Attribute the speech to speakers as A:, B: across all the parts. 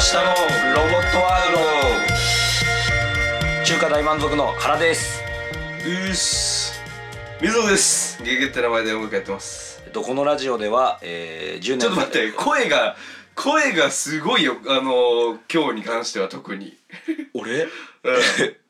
A: 下のロボットワールド中華大満足の原です
B: うっす水野ですゲゲって名前で音楽やってます
A: えっとこのラジオでは、えー、10年
B: ちょっと 待って声が声がすごいよあのー今日に関しては特に、
A: 俺
B: うん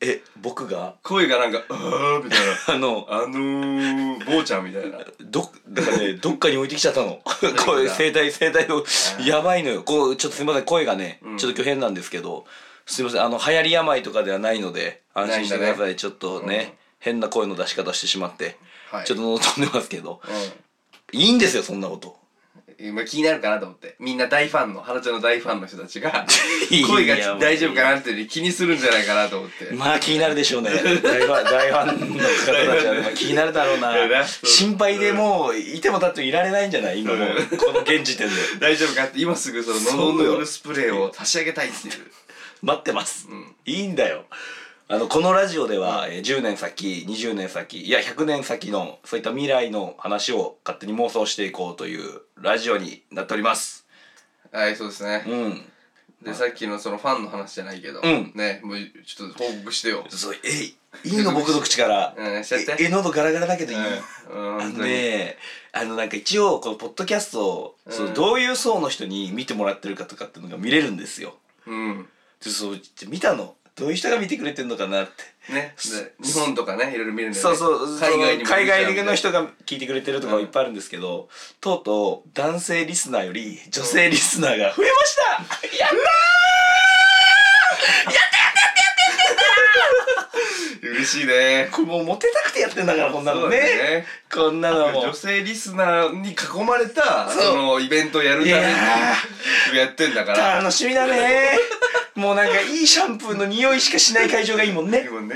A: え僕が
B: 声がなんか「ああ」みたいな
A: あの
B: あのー、坊ちゃんみたいな
A: どだから ねどっかに置いてきちゃったの声声帯声帯を
B: ー
A: やばいのよこうちょっとすみません声がね、
B: うん
A: ちょっと今日変なんですけどすみませんあの流行り病とかではないので安心してくだ
B: な
A: さい、
B: いんだね
A: ちょっとね、
B: うん
A: 変な声の出し方してしまって、
B: はい
A: ちょっと喉飛んでますけどいいんですよそんなこと
B: うん今気になるかなと思ってみんな大ファンの原ちゃんの大ファンの人たち が
A: いや
B: 声が大丈夫かなって気にするんじゃないかなと思って
A: まあ気になるでしょうね大ファン大ファンの方たちはねまあ気になるだろう
B: いや
A: な
B: な
A: 心配でもういても立ってもいられないんじゃない今もうこの現時点で
B: 大丈夫かって今すぐそのノールスプレーを差し上げたいっていう
A: 待ってます、
B: ん
A: いいんだよあのこのラジオでは、えー10年先20年先いや100年先のそういった未来の話を勝手に妄想していこうというラジオになっております
B: はいそうですね
A: うん
B: でさっきのそのファンの話じゃないけど、
A: うん
B: ねもうちょっと報告してよ、
A: そうえいいの僕の口から、
B: うんしちゃって
A: ええ喉ガラガラだけどいい、
B: うん、
A: あ
B: 本
A: の
B: 当に
A: ねあのなんか一応このポッドキャストを、
B: うん
A: そのどういう層の人に見てもらってるかとかっていうのが見れるんですよ
B: うん
A: でそう見たのどういう人が見てくれてんのかなって
B: ねで日本とかねいろいろ見れるんだよ
A: そう
B: ね
A: そう
B: 海外に
A: その海
B: も見れちゃ
A: 外
B: う
A: の人が聞いてくれてるとかもいっぱいあるんですけど、とうとう男性リスナーより女性リスナーが増えました、やった
B: 嬉しいね
A: ーこれもうモテたくてやってんだからこんなのね
B: そうだね
A: こんなのも
B: 女性リスナーに囲まれた
A: そう
B: そのイベントをやるため
A: いや
B: にやってんだから
A: 楽しみだねーもうなんかいいシャンプーの匂いしかしない会場がいいもんね
B: でも
A: え
B: ね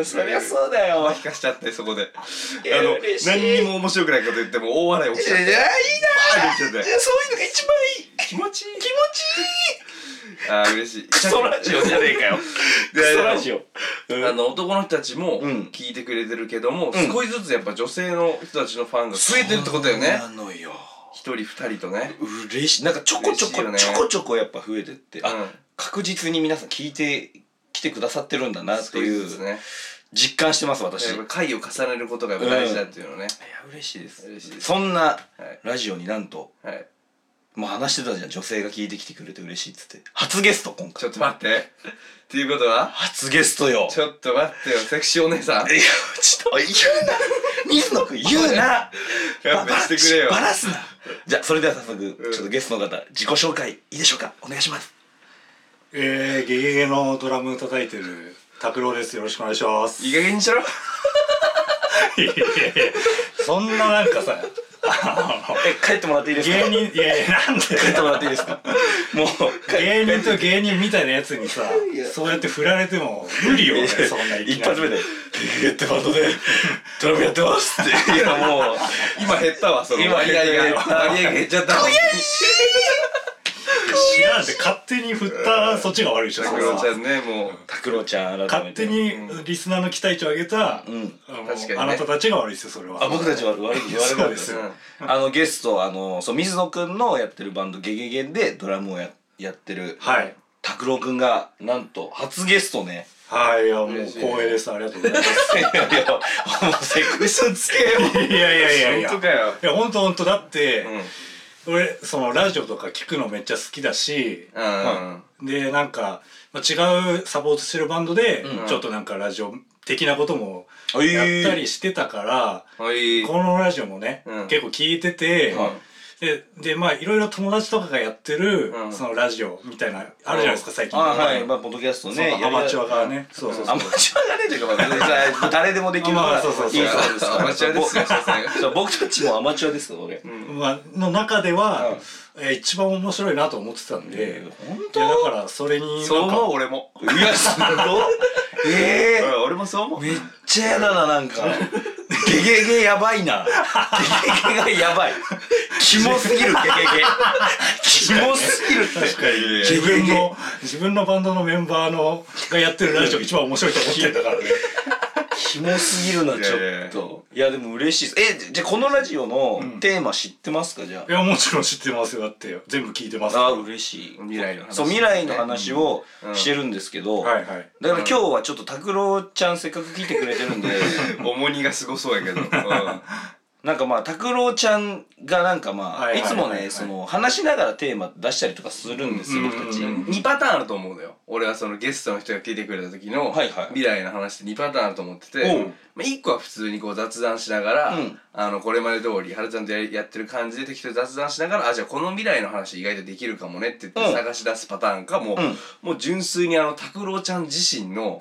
A: えそりゃそうだよ
B: ま引かしちゃってそこであ
A: いや
B: の
A: 嬉しい
B: 何にも面白くないこと言っても大笑い起きちゃっ
A: いやいい
B: て
A: な
B: バー
A: ー
B: ンって言っちゃっ
A: そうい
B: て
A: うのが一番いい
B: 気持ちいい
A: 気持ちい
B: あー嬉しい
A: いクソラジオじゃねえかよクソラジオ
B: あの男の人たちも
A: うん
B: 聞いてくれてるけども、
A: ん
B: 少しずつやっぱ女性の人たちのファンが増えてるってことだよね
A: そうなのよ
B: 一人二人とね
A: 嬉しいなんかちょこちょこ、
B: 嬉しい
A: ち
B: よ
A: ょ
B: ね
A: こちょこやっぱ増えてってあ、
B: うん
A: 確実に皆さん聞いてきてくださってるんだなってい
B: 少しずつ
A: う、
B: ね
A: 実感してます私、
B: やっ
A: いや
B: ぱ回を重ねることがやっぱ大事だっていうのね、
A: 嬉しいです
B: 嬉しいです
A: そんな
B: はい
A: ラジオになんと
B: はい
A: もう話してたじゃん女性が聞いてきてくれて嬉しいっつって初ゲスト今
B: ち
A: 回
B: ょっと待ってっていうことは
A: 初ゲストよ
B: ちょっと待ってよセクシーお姉さん
A: いやちょっと言うな水野君言うな
B: 勘弁してくれよ
A: バラすなじゃあそれでは早速、
B: うん
A: ちょっとゲストの方自己紹介いいでしょうかお願いします
C: えー、ゲゲゲのドラム叩いてる拓郎ですよろしくお願いします
B: いい加減にしろ
C: そんななんかさあの
A: え帰ってもらっていいですか
C: 芸人いやいやなんで
A: 帰ってもらっていいですかもう
C: 芸人と芸人みたいなやつにさそうやって振られても無理よねそんないきなり
A: 一発目で「ゲゲってバンドでドラムやってます」っていやもう
B: 今減ったわその
A: 今
B: 割合
A: 減った
B: が割合が減っちゃった悔しい
C: 知らんって勝手に振ったそっちが悪いでしょそ
B: 拓
C: れ
B: 郎
C: は
B: ちゃんねもう
A: 拓郎ちゃん改め
C: 勝
A: て
C: 手にリスナーの期待値を上げた、
A: ん
C: あの
B: 確かにね
C: あなたたちが悪いですよそれは
A: あ僕たちは悪い悪い悪い
C: そうです
B: うん
A: あのゲストあのそう水野くんのやってるバンド「ゲゲゲ」でドラムをややってる
C: はい
A: 拓郎くんがなんと初ゲストね
C: はいいやもう
B: 嬉しい
C: 光栄ですありがとうございます
A: いやいやもうセク
B: 嘘つけよ
C: いやいやいやいや
B: 本当かよ
C: いや本当本当だって
B: うん、
C: 俺そのラジオとか聞くのめっちゃ好きだし
B: うん
C: でなんか、まあ、違うサポートしてるバンドで、
B: うん
C: ちょっとなんかラジオ的なことも
A: えー
C: やったりしてたから、
B: はい
C: このラジオもね、
B: うん
C: 結構聞いてて、
B: は
C: ででまあいろいろ友達とかがやってる、
B: うん
C: そのラジオみたいなあるじゃないですか最近
A: あはいまあポッドキャストね
C: そうアマチュア
A: が
C: がねそうそうそ
A: ア
C: う
A: マチュアがねというかま あ別に誰でもできるから
C: まあそうそうそう
A: いいそうですから
B: アマチュアですよ所詮
A: そう僕たちもアマチュアですよ俺
C: まあの中では、えー一番面白いなと思ってたんで、
A: 本
C: いやだからそれに なん
B: そう
C: か
B: 思う俺も
A: 当いやすごっええ
B: うん 俺もそう思う
A: めっちゃやだななんかゲゲゲやばいなゲゲゲがやばいキモすぎるゲゲゲキモすぎるって
B: 確かに
C: 自分の自分のバンドのメンバーのがやってるラジオ一番面白いと思ってんだからね
A: キモすぎるなちょっといやでも嬉しいですえじゃあこのラジオのテーマ知ってますか、じゃ
C: いやもちろん知ってますよだって全部聞いてます
A: ああ
C: か
A: 嬉しい
B: 未来の話
A: そう未来の話をしてるんですけど、
C: らはいはい
A: だから今日はちょっと拓郎ちゃんせっかく聞いてくれてるんで
B: 重荷がすごそうやけど、うん、
A: なんかまあ拓郎ちゃんがなんかまあ、
C: はい
A: い
C: はいはい
A: つもね、
C: はい
A: その話しながらテーマ出したりとかするんですよ、
C: うん
A: 僕たち、
C: うん
B: 2パターンあると思うのよ俺はそのゲストの人が聞いてくれた時の
A: はいはい
B: 未来の話って2パターンあると思ってて、
A: おう
B: まあ、1個は普通にこう雑談しながら、
A: うん
B: あのこれまで通りはるちゃんとややってる感じで適当に雑談しながらあじゃあこの未来の話意外とできるかもねって言っ
A: うん
B: て探し出すパターンかもう、
A: うん
B: もう純粋にあの拓郎ちゃん自身の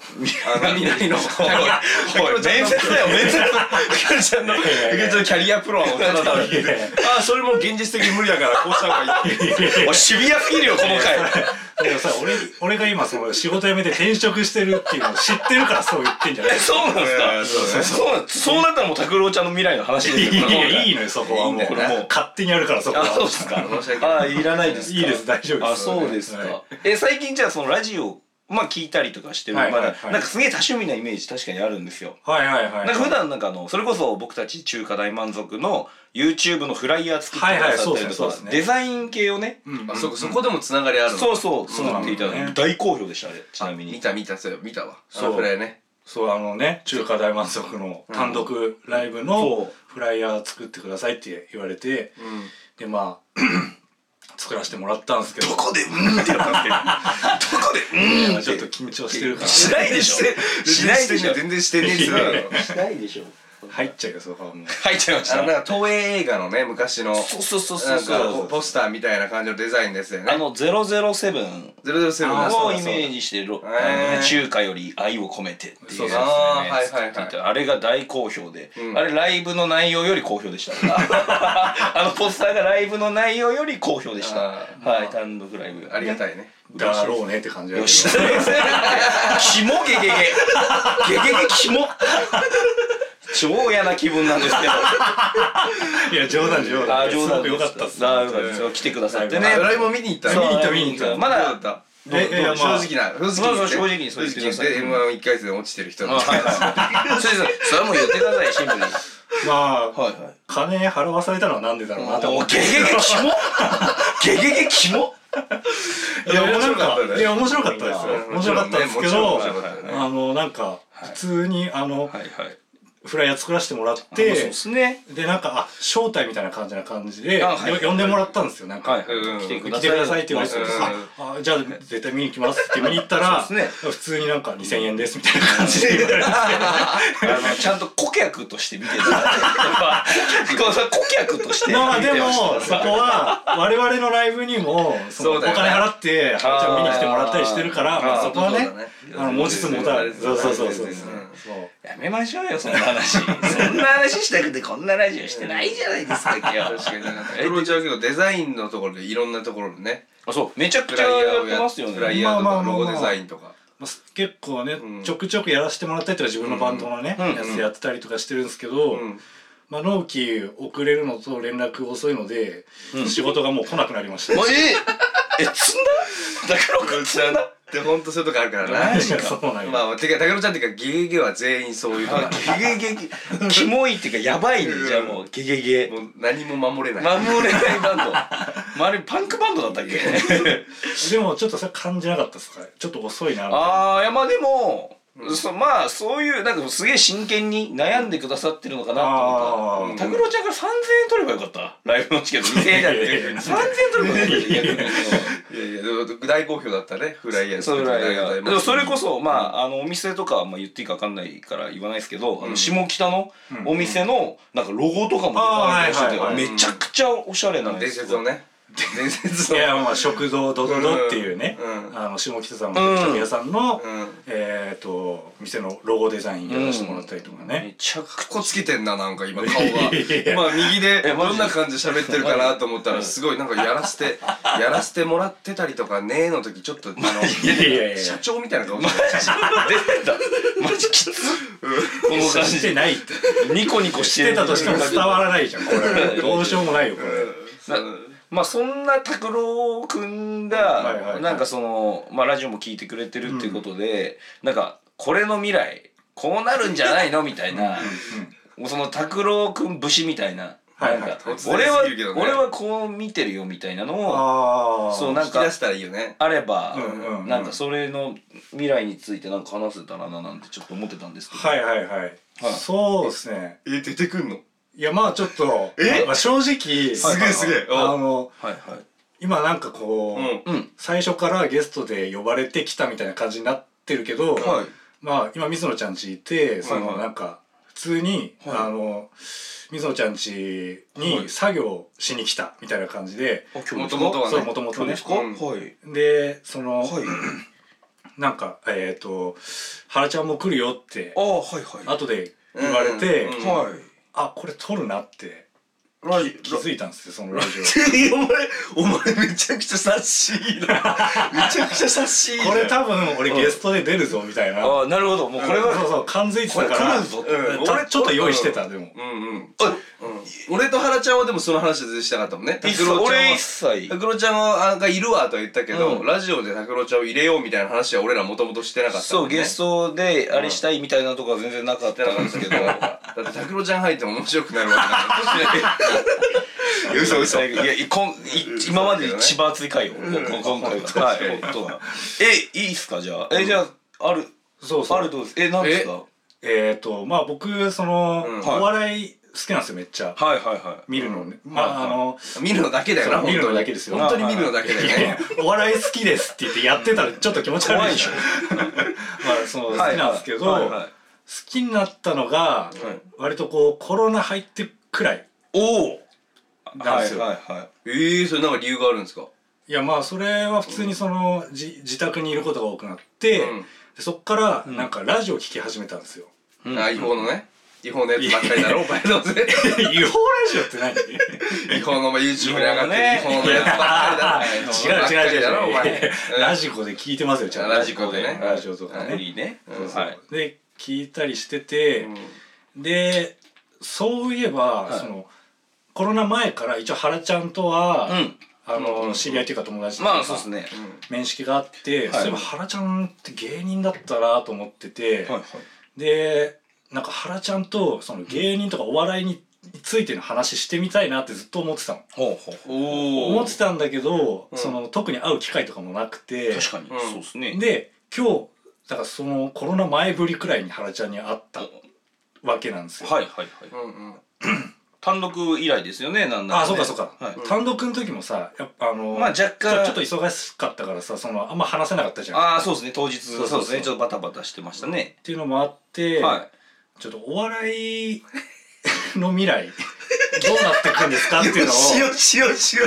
B: あの未来の拓郎ちゃんの
A: 面接だよ面接
B: 拓郎ちゃんの拓郎ちゃんのキャリアプロンをただただ見て
C: いやいや
B: あそれも現実的に無理だからこうした方がいい
A: おいシビアすぎるよこの回
C: でもさ俺俺が今その仕事辞めて転職してるっていうのを知ってるからそう言ってんじゃな
A: え
C: い
A: そうなんです
B: いやい
A: か
B: やそうだね
A: そうなんそうなったらもう拓郎ちゃんの未来の話ですよ
C: いやい
A: 今
C: や
A: 回
C: いいのよそこはもう
B: いいん
C: こ
B: だ
C: れ
B: よな
C: もう勝手にやるからそこは
A: あそうですか
B: 申し訳
A: あいらないですか
C: いいです大丈夫です
A: あそうですか、
C: はい
A: え最近じゃあそのラジオまあ聞いたりとかしてる、
C: はいはい
A: ま
C: は
A: だ
C: い
A: なんかすげえ多趣味なイメージ確かにあるんですよ
C: はいはいは
A: な
C: い
A: んか普段なんかあのそれこそ僕たち中華大満足の YouTube のフライヤー作ってくださったり
C: はいはいそうですね
A: と
C: そう
A: か
C: ですね
A: デザイン系をね
C: うん
B: あそこそこでもつながりあるの
A: そうそう
C: そうな
A: 作っ
C: ん
A: てい
C: だよ
A: た
C: ね
A: だいて大好評でしたあれちなみ
B: 見
A: に
B: た見たそうよ見たわ
C: そう
B: あのフライね
C: そうあのね中華大満足の単独ライブ
A: そう
C: のフライヤー作ってくださいって言われてでまあ 作らせてもらったんですけど
A: どこでうんってやったんです けどどこでうんっ
C: ちょってと緊張してるから
A: しないでしょしないでしょ
B: 全然してねえっつうの
A: しないでしょ
C: 入っちゃうよそこはもう
A: 入っちゃいまし
B: あ
A: た
B: のなんか東映映画のね昔の
A: そうそうそうそう
B: なん
A: そう
B: かポポスターみたいな感じのデザインですよ
A: あ
B: ね
A: の007
B: 007
C: あ
B: の
A: をイメージしてろ、
B: そうだ
A: あのね
B: へー
A: 中華より愛を込めてっていう
C: そう
A: やつ
C: そう
B: あーはい
A: で
B: は
A: ね
B: い
A: 作
B: は
A: っ
B: い
A: ていたあれが大好評で、
B: うん
A: あれライブの内容より好評でした あのポスターがライブの内容より好評でした
B: あー
A: はい単独ライブ
B: ありが
A: い
B: たいね
C: だろうねって感じだけど
A: 吉田先生なんてキモゲゲゲゲゲゲキモ超嫌な気分なんですけど
C: いや冗談冗談
A: ー
C: すごく良かったっす
A: あーよかったですよ来てくださってね
B: あライブも見に行った
A: そう
B: 見に行っ
A: ライ
B: た
A: ブ
B: 見に行った
A: まだ
B: どうだった
C: え
B: どう
C: いやまあ
B: 正直な正
A: まあ
B: 直
A: 正直にそ
B: 正
A: う言っ
B: 直
A: てく
B: に
A: ださい
B: で m 1 1回戦で落ちてる人
A: あ
B: の
A: はいはいそうですそれはもう言ってくださいシンプルに
C: まあ
A: はいはい
C: 金払わされたのはなんでだろうなって思
A: お
C: っ
A: ゲ
C: て
A: ゲゲキ モゲゲゲキモ
C: いや面白か
B: 面白かっ
C: ったた
B: ね
C: いや面白かったですよ面白かったんですけど
B: もちろんねもちろん面白かったよね
C: あのなんか普通にあの
A: はいはい
C: フライヤー作らせてもらっ
A: でそう
C: て
A: ですね
C: でなんかあ招待みたいな感じな感じで、
A: あはい
C: よ呼んでもらったんですよなんか、
A: はいはい、
B: うん
A: 来てく
C: 来
A: だ
C: てくだ
A: さ
C: さ
A: い
C: いって言われて
B: うん
C: ああじゃあ絶対見に行きますって見に行ったら、
A: そうで
C: 普通になんか2000円ですみたいな感じで言われて
A: あのちゃんと顧客として見て たやっぱこうさ顧客として見て
C: ま
A: ま
C: あでも
A: した
C: そこは我々のライブにもその
B: そ
C: お
B: うだよね
C: 金払ってはるちゃん見に来てもらったりしてるから
A: あー
C: まあ、そこはね
B: そうだね
C: あの持ちつ持たれ
B: そう
C: そ
B: だ
C: う
B: ね
C: そうそうそ
B: そ
C: う
B: うだね
C: そう
A: やめましょうよそんな話そんな話したくてこんなラジオしてないじゃないですか今日
B: 確かにプロちゃんけどデザインのところでいろんなところでね
A: あそうめちゃく
B: フ
A: ちゃ
B: ライヤ
A: やっ
B: ーを
A: てますよ
B: フラ
A: ね
B: イヤーと
C: まあま
B: か
C: あまあ
B: ロ
C: まあ
B: ゴデザインとか
C: まあ、結構ね、
B: ん
C: ちょくちょくやらせてもらったりとか自分のバンドのね、
A: うん
C: やつやってたりとかしてるんですけど、
B: うん
C: まあ、納期遅れるのと連絡遅いので、仕事がもう来なくなり ました、
A: マジえ積んだだからくん積んだ
B: ってほんとそういうとこあるからな
C: マジかそうなんや
B: まあまあてか武野ちゃんっていうかゲゲゲは全員そういうとこだ
A: あゲゲゲキモいっていうかやばいねじゃあもうゲゲゲ
B: もう何も守れない
A: 守れないバンドまるパンクバンドだった っけ
C: でもちょっとそれ感じなかったですかちょっと遅いなみたいな
A: ああいやまあでも、そまあそういうなんかすげえ真剣に悩んでくださってるのかなと
C: あ
A: 思
C: ー
A: った拓郎ちゃんから3000円取ればよかったライブのチケット2000円じゃなく
C: いやいやい
A: て
C: や
A: 3000円取ればよかった逆に
B: いやいやでも大好評だったねフライヤー
A: それぐらいがでもそれこ
B: そ
A: そまああのお店とかはまあ言っていいか分かんないから言わないですけど、あ
B: う
A: の
B: ん
A: 下北のお店のなんかロゴとかもデザインして
C: あーはいはい
A: て
B: はい
A: めちゃくちゃおしゃれなんで
B: 伝
A: すよ
B: 説のね伝説
C: い
B: の
C: やまあ食堂ドドドっていうね、
B: うんうん
C: あの下北さんの焼き鳥屋さんの、
B: うん
C: えっ、と店のロゴデザインやらせてもらったりとか
A: め
C: ね、
A: ちゃく
B: かっこつけてんななんか今顔が
C: いや
B: 今右で
A: えマ
B: ど
A: ジ
B: んな感じで喋ってるかなと思ったらすごいなんかやらせてやらせてもらってたりとかねーの時ちょっとあ
C: いやいやい
B: の
C: や
B: 社長みたいな顔してた
A: 出てた マジきつこの感じ
C: してないって
A: ニコニコし
C: してて
A: る
C: たとしても伝わらないじゃんこれどうしようもないよこれ、
A: まあそんな拓郎くん
C: はいはいは
A: が
C: い
A: なんかそのまあラジオも聞いてくれてるっていうことでなんかこれの未来こうなるんじゃないのみたいなもうその拓郎くん節みたいな
C: はい
A: なんか
B: 突然すぎ
A: 俺は
B: るけどね
A: 俺はこう見てるよみたいなのを
C: ああ
A: そうな
C: な
B: 引
A: ん
B: き
A: か
B: 出したらいいよね
A: あれば
C: うんうんうん
A: なんかそれの未来についてなんか話せたらななんてちょっと思ってたんですけど
C: はいはいはい、
A: はい
C: そうですね
B: え出てくんの
C: いやまあちょっと
B: え
C: まあ、正直
B: すげえすげえ
C: あの
A: はいはい
C: 今なんかこう、
B: うん
A: うん
C: 最初からゲストで呼ばれてきたみたいな感じになってるけど、
A: はい
C: まあ今水野ちゃんちいてそ
B: はいは
C: の
B: い
C: なんか普通に、
A: はい
C: あの水野ちゃんち
A: は
C: に
A: い
C: 作業しに来たみたいな感じで、
A: あ今日
B: 元々はね
C: そう元々
A: 今日
C: ね
A: ですか
B: う ん
A: はい
C: でその、
A: はい
C: なんかえっ、と「原ちゃんも来るよ」って
A: あはいはい
C: 後で言われて、
B: うんうんうん
A: はい
C: あこれ撮るなって
A: ラジ
C: 気づいたんですよそのラ ジ
B: お前お前めちゃくちゃ察しいいなめちゃくちゃ察しいい
C: オ
B: な
C: これ多分俺
A: うん
C: ゲストで出るぞみたいな、
A: ああなるほどもうこれは
C: そうそう感づいてたか
A: これ来
C: ら
A: るぞ
C: うん
B: うん
C: たちょっと用意してたでも
B: うんうんあ俺と原ちゃんはでもその話はしたかったもんね
A: 一切
B: 拓郎ちゃん
A: 俺
B: は
A: 一切
B: 拓郎ちゃんはがいるわとは言ったけど、
A: うん
B: ラジオで拓郎ちゃんを入れようみたいな話は俺らもともとしてなかった
A: そうゲス
B: ト
A: トであれしたいみたいなとかは全然なかったんですけど
B: だって拓郎ちゃん入っても面白くなるわけだか ら嘘嘘
A: いやいこんい今までで一番熱い回よ、ここ今回が、 はい本当はえいいっすかじゃあえじゃあある
C: そうそう
A: あるどうですえなんですかは
C: えっ、とまあ僕その、
B: うん
A: はい
C: お笑い好きなんですよめっちゃ
A: いはいはい
C: 見るのね、まああの
B: 見るのだけだよな
C: そう
B: 本当に
C: 見るのだけですよ
B: 本当に見るのだけだ
C: いやい
B: よ
C: や
B: ね
C: お笑い好きですって言ってやってたらちょっと気持ち悪いでしょ まあその好きなんですけど、
A: はいはいはい
C: 好きになったのが、割とこうコロナ入ってくらい
A: おお
C: なんですよ、
A: はいはいはい
B: えー、それなんか理由があるんですか
C: いやまあそれは普通にその、じ自宅にいることが多くなって、
B: うん
C: でそっからなんかラジオ聞き始めたんですよ。
A: うん
B: あ違法のね違法のやつばっかりだろお前どうせ
C: 違法ラジオって何
B: 違法のお前 YouTube に上がってる
A: 違
B: 違
A: 法
B: 法
A: のね
B: のやつばっかり
C: 違
B: だろ
C: う違う違う
B: だろお
C: 違
B: 前
C: う。ラジコで聞いてますよ、ちゃんと。
B: ラジコでね
C: ラジオとか
A: 無
C: ね。
A: 理ね
B: うん
A: はい
C: で、聞いたりしてて、で、そういえば、
A: はい
C: その、コロナ前から一応原ちゃんとは、
A: うん
C: あの、
B: うん
C: 知り合いというか友達というか
A: まあそうですね
C: 面識があって、
A: はい
C: そういえば原ちゃんって芸人だったなと思ってて、
A: はいはい
C: でなんか原ちゃんとその芸人とかお笑いについての話してみたいなってずっと思ってたの
A: ほうほうほう
B: おお
C: 思ってたんだけど、
B: うん
C: その特に会う機会とかもなくて
A: 確かに
B: うん
A: そうですね
C: で今日だからそのコロナ前ぶりくらいに原ちゃんに会ったわけなんですよ、
A: はいはいはい
B: うんうん
A: 単独以来ですよねなんならね
C: あそうかそうか、
A: はい
C: 単独の時もさやっぱあの、
A: まあ若干
C: ちょちょっと忙しかったからさそのあんま話せなかったじゃんっ
A: ああそうですね当日
C: うそう
A: そうですねちょっとバタバタしてましたね
C: ていうのもあって、
A: はい
C: ちょっとお笑いの未 来どうなっていくんですかっていうのを
B: よしよしよし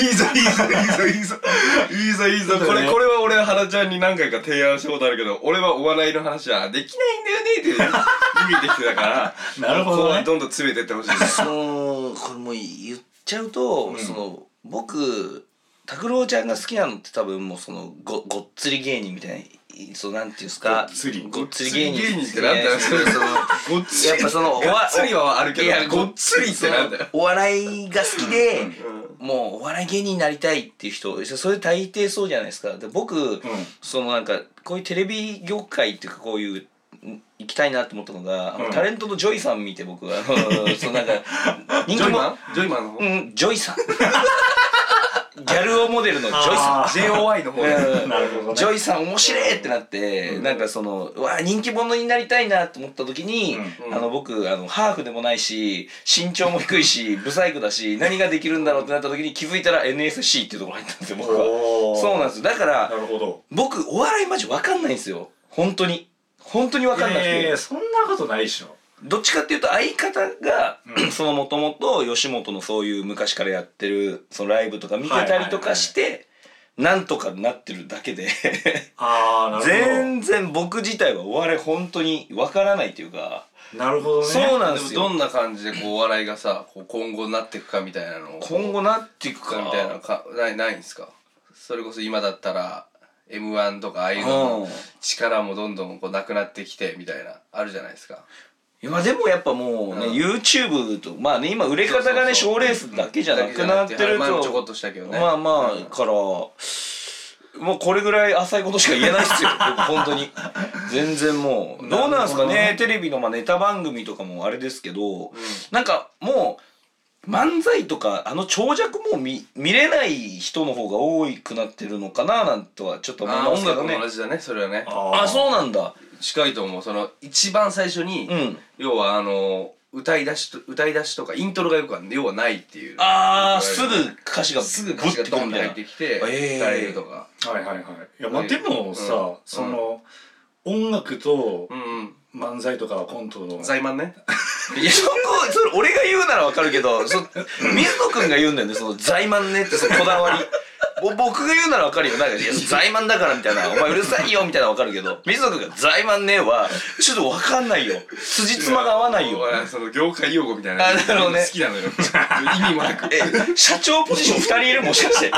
B: いいぞいいぞいいぞいいぞいいぞいいぞ
C: そうだ
B: こ
C: よね
B: れこれは俺は原ちゃんに何回か提案したことあるけど俺はお笑いの話はできないんだよねっていう意味できてたから
C: なるほどね
B: こうどんどん詰めてってほしいです
A: そのこれもう言っちゃうと、
C: ん
A: その僕拓郎ちゃんが好きなのって多分もうそのごごっつり芸人みたいないそうなんていうんですか
C: ごっつり
A: ごっつり芸人
B: ごっつり芸人ってなんだよ
A: ねそうその
B: ごっつり
A: やっぱそのおわ
B: がっつりはあるけ
A: いや
B: どごっつりってなんだよ
A: そのお笑いが好きで、
B: うん
A: もうお笑い芸人になりたいっていう人それ大抵そうじゃないですかで僕、そのなんかこういうテレビ業界っていうかこういうん行きたいなと思ったのが、あの
C: うん
A: タレントのジョイさん見て僕はあ のそのなんか人
B: ジ
A: 気
B: ョイマ
A: も
B: ンジョイマンの方
A: うんジョイさん ギャル男モデルのジョイさん
C: あー
B: JOY の方ね
A: うん
C: なるほどね
A: ジョイさん面白いってなって、
B: うん
A: なんかそのうわ人気者になりたいなと思った時に、
B: うん
A: あの僕あのハーフでもないし身長も低いし不細工だし何ができるんだろうってなった時に気づいたら NSC っていうところに入ったんですよ僕は。
C: おー
A: そうなんですよだから
C: なるほど
A: 僕お笑いマジ分かんないんですよ本当に本当に分かんなくて、
C: えーそんなことないでしょ
A: どっちかっていうと相方が、
C: うん
A: そのもともと吉本のそういう昔からやってるそのライブとか見てたりとかして、なんとかなってるだけで
C: ああなるほど
A: 全然僕自体はお笑い本当に分からないというか、
C: なるほどね
A: そうなん
B: で
A: で
B: も
A: す
B: ど
A: よ
B: んな感じでこうお笑いがさこう今後なっていくかみたいなのを
A: 今後なっていくか
B: みたいなのかないないんですかそれこそ今だったら m 1とかああいうの
A: うん
B: の力もどんどんこうなくなってきてみたいなあるじゃないですか
A: 今でもやっぱもうね、
B: うん
A: YouTube とまあね今売れ方がね
B: そうそうそう
A: 賞レースだけじゃなくなってると
B: 前もちょこっとしたけどね
A: まあまあ、
B: うん
A: からもうこれぐらい浅いことしか言えないっすよ僕本当に全然もうどうなんですかねテレビのまあネタ番組とかもあれですけど、なんかもう漫才とかあの長尺も見見れない人の方が多くなってるのかななんとはちょっと思い
B: あー
A: ます
B: 音
A: けど
B: 楽も
A: ね
B: 同じだねそれはね
A: あ
C: う
A: そうなんだ
B: 近いと思うその一番最初に、
A: うん
B: 要はあの歌い出しと歌い出しとかイントロがよくは要はないっていう
A: あーすぐ歌詞が
B: すぐ歌詞がドンって入ってきて
A: ぶっ
B: 歌
A: てくるみたいな
B: えるとか、
C: はいはいはいいやまあ
B: はい
C: でもさ、
B: うん
C: その、音楽と
B: うん
C: 漫才とかコントの
B: うん財満ね
A: いやそこそれ俺が言うならわかるけどそ水野君が言うんだよねその財満ねってそのこだわりぼ僕が言うならわかるよなんかいや財満だからみたいなお前うるさいよみたいなのわかるけど水野君が財満ねはちょっとわかんないよ辻褄が合わないよ
B: 俺はその業界用語みたいな
A: あなるほどね
B: 好 きなのよ意味もなく意
A: え社長ポジション2人いるもしかして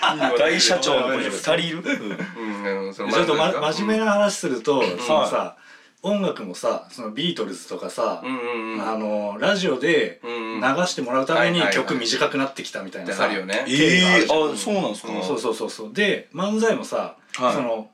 B: 味もなく
A: 大社長のポジション2人いる、
B: うんあのその
C: ちょっと、ま、
B: 漫才か
C: 真面目な話すると、そのさ、音楽もさそのビートルズとかさ、
B: うんうんうん
C: あのラジオで
B: うんう
C: 流
B: ん
C: してもらうた
B: は
C: めに
B: いはいはい
C: 曲短くなってきたみたい
B: って
C: な
B: あ
C: さ、
B: るよね
A: ええー、あそうなんですか、
C: そうそうそうそうで漫才もさ、
A: はい
C: その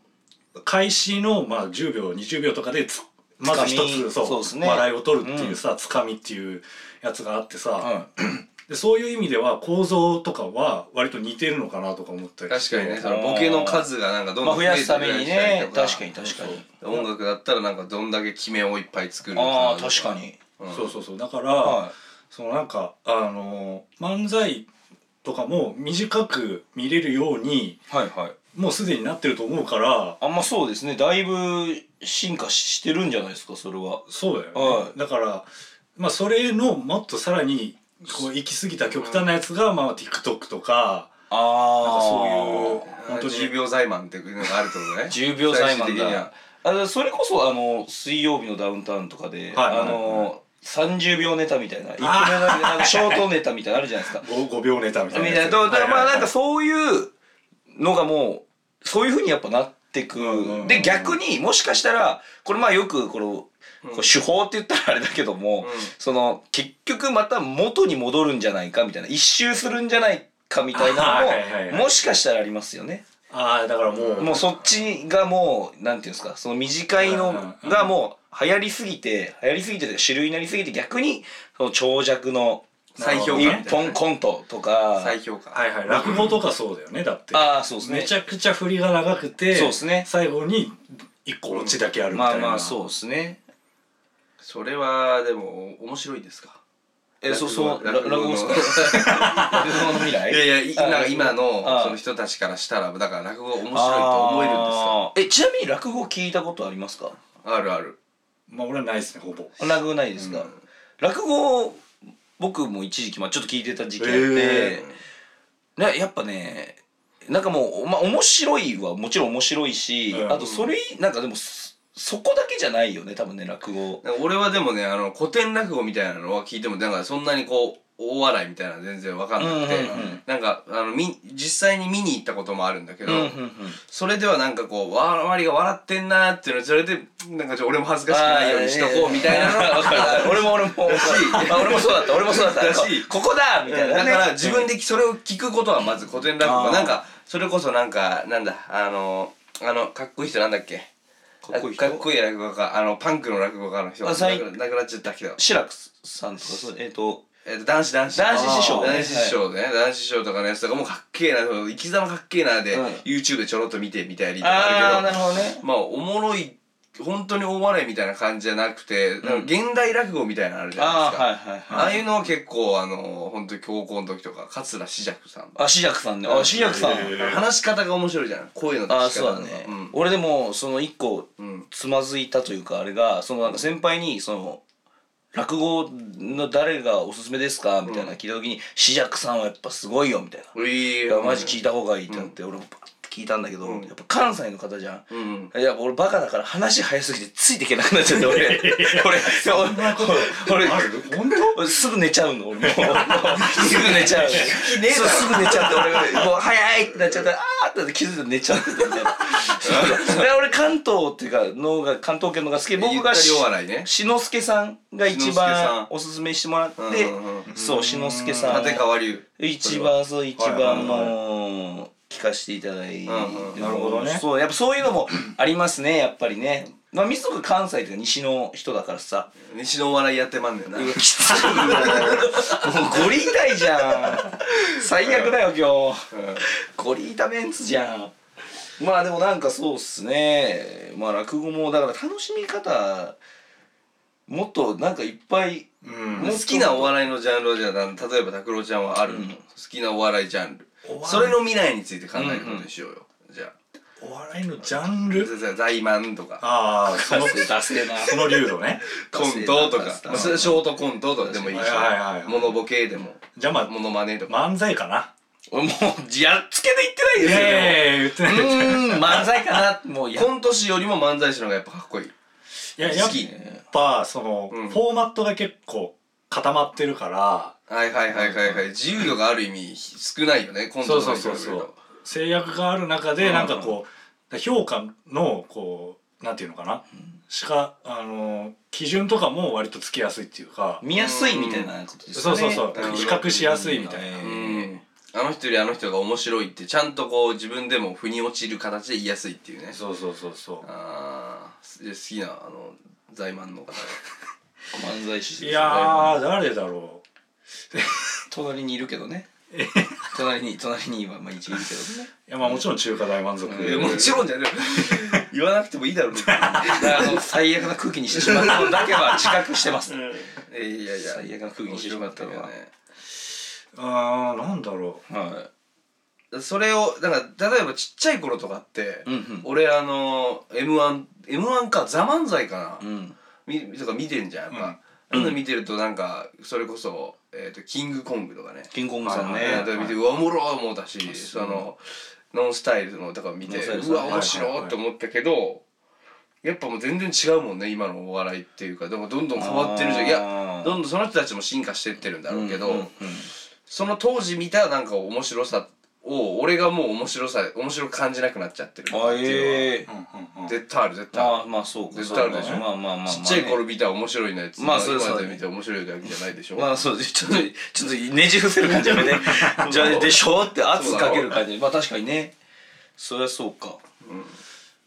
C: 開始のまあ10秒20秒とかでつまず一
A: つかみ
C: つそう
A: そうっすね
C: 笑いを取るっていうさ、つかみっていうやつがあってさ、
A: はい、
C: でそういう意味では構造とかは割と似てるのかなとか思ったり
B: 確かにね
A: う
B: そのボケの数がなんかどん
A: ま
B: ど
A: あ
B: ん
A: 増
B: 増え
A: や
B: て
A: す
B: ったたり
A: めに
B: した
A: ね
B: りと
A: 確かに確かに
B: 音楽だったらなんかどんだけ決めをいっぱい作る
A: ああ確かに
B: うん
C: そうそうそうだから、
A: は
C: そのなんかあの漫才とかも短く見れるように
A: いはいはい
C: もうすでになってると思うから
A: あんまそうですねだいぶ進化してるんじゃないですかそれは
C: そうだよね、
A: は
C: だからまあそれのもっとさらにこう行き過ぎた極端なやつが、まあ TikTok とかなん
A: あ
C: か
A: あ
C: そういう
B: 本
C: 本
B: 当
C: 当
B: に
C: に
B: 10秒財満っていうのがあるってことね
A: 10秒裁
B: 最終
A: 判
B: 的には
A: だあのそれこそあの水曜日のダウンタウンとかで、
C: はい
A: あ
C: はい
A: の30秒ネタみたいな一個目の
C: あ
A: あのショートネタみたいなのあるじゃないです か
C: 5, 5秒ネタみ
A: み
C: たいな
A: たい
C: や
A: な
C: つ
A: とだからまあ
B: はいはいはい
A: なんかそういうのがもうそういうふうにやっぱなってく、
C: んうんうん
A: で逆にもしかしたらこれまあよくこのこう手法って言ったらあれだけども、
B: うん
A: その結局また元に戻るんじゃないかみたいな一周するんじゃないかみたいなのも、
C: あはいはいはい
A: もしかしたらありますよね。
C: ああだからもう
A: もうそっちがもうなんていうんですかその短い
C: うんうん
A: の
C: うん
A: がもう流行りすぎて流行りすぎてというか主流になりすぎて逆にその長尺の
B: 再評価みたいなね
A: 一本コントとか
B: 再評価
C: はいはい落語とかそうだよねだって
A: ああそうですね
C: めちゃくちゃ振りが長くて
A: そうですね
C: 最後に1個オチだけあるみた
A: ま
C: い
A: あ
C: な、
A: まあそうですね
B: それはでも面白いですか
A: えそうそうら
B: 落
A: 落
B: 語
A: 語
B: の
A: ですか落語の未
B: い
A: 来
B: やいやい
A: あー
B: なんか今の
A: あー
B: その人たちからしたらだから落語が面白いと思えるんですか
A: あーえちなみに落語聞いたことありますか
B: あるある
C: まあ俺はないですねほぼ
A: 落語ないですか、落語僕も一時期、まあ、ちょっと聞いてた時期あって、
C: へ
A: なやっぱねなんかもう、まあ、面白いはもちろん面白いし、
C: うん
A: あとそれいなんかでもそそこだけじゃないよね多分ね落語
B: なんか俺はでもねあの古典落語みたいなのは聞いてもなんかそんなにこう大笑いみたいなの全然わかんなくて、
A: うんうんうん
B: なんかあのみ実際に見に行ったこともあるんだけど、
A: うんうんうん
B: それではなんかこうわ周りが笑ってんなーっていうのそれでなんかちょ俺も恥ずかしくないようにしとこうみたいなの
A: あー
B: が
A: わかるわかる俺も俺もあ俺もそうだった俺もそうだった
B: だし
A: ここだみたいな、
B: だから自分
A: で
B: でそれを聞くことはまず古典落
A: あ
B: 語
A: ー
B: なんかそれこそなんかなんだあのあのかっこいい人なんだっけ
A: かっこいい人
B: かっこいい落語家あのパンクの落語家の人
A: あ
B: 亡く
A: さい
B: な亡くなっちゃったけど
A: 志らくさんとかそうえっ、と
B: えっと男子男子
A: 男子師匠
B: あー男子師匠ね、男子師匠とかのやつとかもかっけえな生き様かっけえなで、
A: うん
B: YouTube でちょろっと見てみたりとかあ
A: ああ
B: る
A: なる
B: けど
A: ほどね
B: まあおもろい本当に大笑いみたいな感じじゃなくて、なんか現代落語みたいなのあるじゃない
A: あ
B: で
A: あ
B: すか
A: はいはいはい
B: ああいうのは結構あの本当に高校の時とか桂志尺さん
A: あ志らくさんねあ志らくさん、
C: へー
B: 話し方が面白いじゃん声の出し
A: あ
B: 方とか
A: あそうだね、
B: ん
A: 俺でもその一個
B: うん
A: つまずいたというかあれがそのなんか先輩にその落語の誰がおすすめですかみたいなの聞いた時に「志らくさんはやっぱすごいよ」みたいな「
B: うい
A: い
B: ー
A: やマジ聞いた方がいい」ってなって俺もパッと聞いたんだけど
B: うん
A: やっぱ関西の方じゃん。
B: うん
A: いや俺バカだから話早すぎてついていけなくなっちゃって俺俺俺俺
C: ある本当
A: 俺すぐ寝ちゃうの俺もうすぐ寝ちゃうそうすぐ寝ちゃって俺がもう早いってなっちゃったらあーってなって気づいたら寝ちゃうみたいなそうで俺関東っていうかのが関東圏のが好きで僕がし
B: ゆったりお笑いね
A: 志の輔さんが一
B: 志の輔さん
A: 番おすすめしてもらって
B: うんうんうん
A: そう志の輔さんを
B: 立川流
A: 一番そう一番
B: はいはい
A: もう聞かせていただいて
B: うんうん
C: なるほどね
A: そうやっぱそういうのもありますねやっぱりねまあ水野君関西とか西の人だからさ
B: 西のお笑いやってまんねんな
A: きついよもうゴリ痛いじゃん最悪だよ今日ゴリ痛メンツじゃんまあでもなんかそうっすねまあ落語もだから楽しみ方もっとなんかいっぱい
C: うん
A: も
B: 好きなお笑いのジャンルはじゃあなん例えば拓郎ちゃんはあるの、
A: うん
B: 好きなお笑いジャンル
C: お笑い
B: それの未来について考えることにしようよ、じゃあ
C: お笑いのジャンル
B: じゃあ大満とか
C: ああその
A: 出せな
C: その流度ね
B: コントとか
A: うん
B: まあそれショートコントとかでもいいし、
C: はいはいはいはい
B: モノボケでも
C: じゃあま
B: モノマネとか、
C: あ漫才かな
A: 俺もうやっつけ
C: い
A: で言ってないですよ
C: やい
A: でも
C: やいや言ってないいう
A: ーん漫才かなも うや
B: コント師よりも漫才師の方がやっぱかっこいい
C: ややっ
B: 好き
C: ぱその、
B: うん
C: フォーマットが結構固まってるから
B: はいはいはいはいはい自由度がある意味少ないよねコントとかに比べると
C: そうそうそうそう制約がある中でなんかこう、評価のこうなんていうのかな、しかあの基準とかも割とつきやすいっていうか、
A: 見やすいみたいなことです
C: そ
A: よ
C: う
A: ね
C: そうそう、
B: うん
C: 比較しやすいみたいな、
A: う
B: うんあの人よりあの人が面白いってちゃんとこう自分でも腑に落ちる形で言いやすいっていうね
C: そうそうそうそ
B: あーで好きなあの財満の方
A: 漫才師です
C: う
A: よ
C: いやー誰だろ
A: 隣にいるけどね隣に隣に今まあ一応いるけどね
C: ういやまあもちろん中華大満足、
B: いやもちろんじゃねえ 言わなくてもいいだろう別に
A: だからあの最悪な空気にしてしま ったのだけは自覚してます
B: えいやいや
A: 最悪な空気にしてしまったのは、
C: あーなんだろ
A: は
B: それをだから例えばちっちゃい頃とかって、
A: うんうん
B: 俺あの m 1 m 1か「ザ漫才か
A: い、う
B: な、
A: ん、
B: みとか見てんじゃんやっぱ、
A: うん
B: あんなの見てるとなんかそれこそ、えーと「キングコング」とかね
A: キングコングさんね、
B: えーと見て、うわおもろー思うたし
A: そう
B: そのノンスタイルのとか見て
A: ノンスタイルさん
B: うわ面白ーって思ったけどやっぱもう全然違うもんね今のお笑いっていうかでもどんどん変わってるじゃんい
A: あ
B: や
A: ー
B: どんどんその人たちも進化してってるんだろうけど、
A: うんうんうん
B: その当時見たなんか面白さを俺がもう面白さ面白く感じなくなっちゃってるっていうの
A: あ
B: は、
A: ええ
C: う、うんうんうん、
B: 絶対ある絶対あ
A: あまあそうか
B: 絶対あるでしょ
A: そうだねまあまあまあまあ、ね、
B: るちっちゃい頃見た面白いなやつ
A: まあそうそう
B: 今で見て面白いだけじゃないでしょ、
A: まあそうちょっとちょっとねじ伏せる感じやめ てじゃあでしょって圧かける感じまあ確かにねそりゃそうか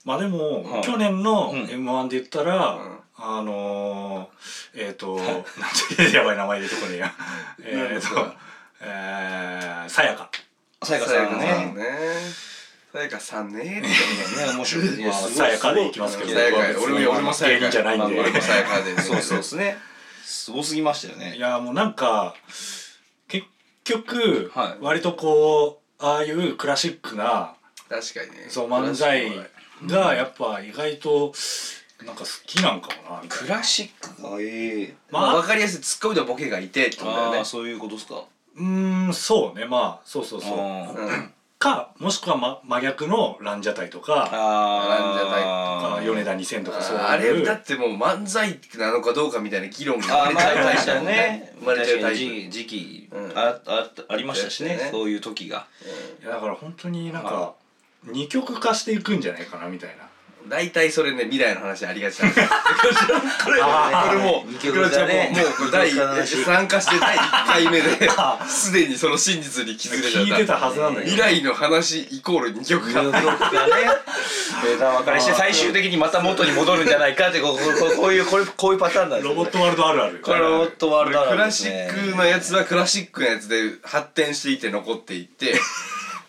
C: まあでも、
A: はい
C: 去年の
A: うん
C: m 1で言ったら、
B: うん
C: あのー、えっ、ー、と なんてやばい名前出てこねえやえっとえーさやか
A: さやか
B: さ
A: さ
B: や
A: ん
B: か
A: ね
B: さんねさやかさんね
A: ね面白いね
C: まあ
A: すごい
C: さやかでいきますけど
B: さやか
C: 僕は別に
B: 俺も俺もさやか
C: 芸人じゃないんで、
B: まあまあまあさやかでね
A: そうそうですねすごすぎましたよ
C: い
A: ね
C: やもうなんか結局、
A: はい
C: 割とこうああいうクラシックな
B: 確かにね
C: そう漫才がやっぱ意外となんか好きなんかもなみたいな
A: クラシックがええ
B: まあ、分かりやすいツッコミとボケがいてってことだよ
A: あ
B: ね
A: あそういうことっすか
C: うーんそうねまあそうそうそう
A: あー
B: うん
C: かもしくは、ま、真逆のランジャタイとか
A: あ
C: あ
A: ー
C: 米田2000とかそういう
B: あれだってもう漫才なのかどうかみたいな議論が
A: あー
B: 生ま
A: まああ
B: れ
A: り
B: ちゃう
A: ました
B: タイプだもんね
A: ね
B: 生まれちゃう
A: 確か
B: タ
A: に
B: イ
A: 時
B: プ
A: 時期
B: うん
A: ああありましたし
B: そうです
A: ね
B: ね
A: そういう時が
C: いやだから本当になんか二極化していくんじゃないかなみたいな
B: 大体それね未来の話ありがちなんだよこれ
C: あー
B: も
A: 二
B: う
A: 極
B: ク
A: 化
B: ロちゃんも
A: ね
B: もうこれ第
A: 二極化の話
B: 参加して第1回目 ですでにその真実に気づけちゃ
C: 聞
B: っ
C: い
B: た
C: てたはずなんだけど
B: 未来の話イコール二極化
A: ブロックがね枝分かれして最終的にまた元に戻るんじゃないかってこうこうこういうこういうこういうパターンなんです
C: ロ
A: よ
C: ボットワールドあるある
A: これロボットワールド
B: ク
A: なん
B: ラ
A: です
B: シ
A: ね
B: ックのやつはクラシックのやつで発展していって残っていって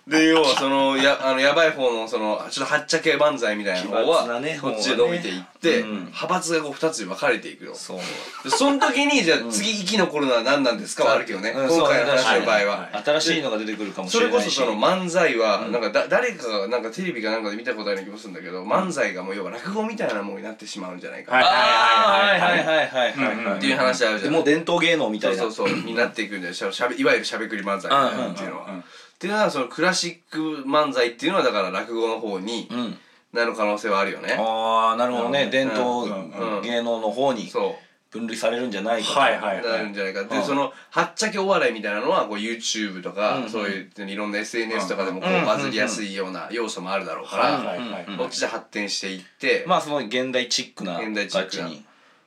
B: で要はそのやあのやばい方のそのちょっとはっちゃけ万歳みたい
A: 奇
B: な方
A: 抜な
B: は
A: ね
B: こっちで伸びていっ
A: 方は
B: て、
A: ねうん
B: 派閥がこう2つに分かれていくの
A: そう
B: でその時にじゃあ次生き残るのは何なんですかはあるけどね、
A: うん
B: 今回の
A: そう
B: 話
A: ね
B: の場合は。
C: はい
A: 新しいのが出てくるかもし
B: そ
A: れ
B: れ
A: な
B: こ
A: いし
B: そその漫才はなんかだ誰かがなんかテレビかなんかで見たことある気もするんだけど漫才がもう要は落語みたいなものになってしまうんじゃないか
C: はい
A: あー
C: は
A: はいい
C: は
A: は
C: い
A: いはいはい
C: うん
A: は
C: うん
A: い
B: っていう話あるじ
A: で
B: ゃん
A: もう伝統芸能みたいな
B: そうそうそうになっていくんだよしゃしゃべいわゆるしゃべくり漫才みたいなっていうのは。
C: うんうんうん
B: っていうのはそのクラシック漫才っていうのはだから落語の方に
A: うん
B: なる可能性はあるよね。
A: ああなるほどね伝統
B: うんうん
A: 芸能の方に
B: そ
A: 分類されるんじゃないかと
C: はいは
B: う
C: いは
B: なるん
C: い
B: じゃないか
A: う
B: で
A: ん
B: そのはっちゃけお笑いみたいなのはこう YouTube と
A: うん
B: か
A: うん
B: そういういろんな SNS とかでもこ
A: うんうん
B: うバズりやすいような要素もあるだろうか
C: はい
B: ら
C: はいはい
A: うん
B: こっちで発展していって
A: まあその現代チックな
B: 現代チックな
A: 感じに
C: い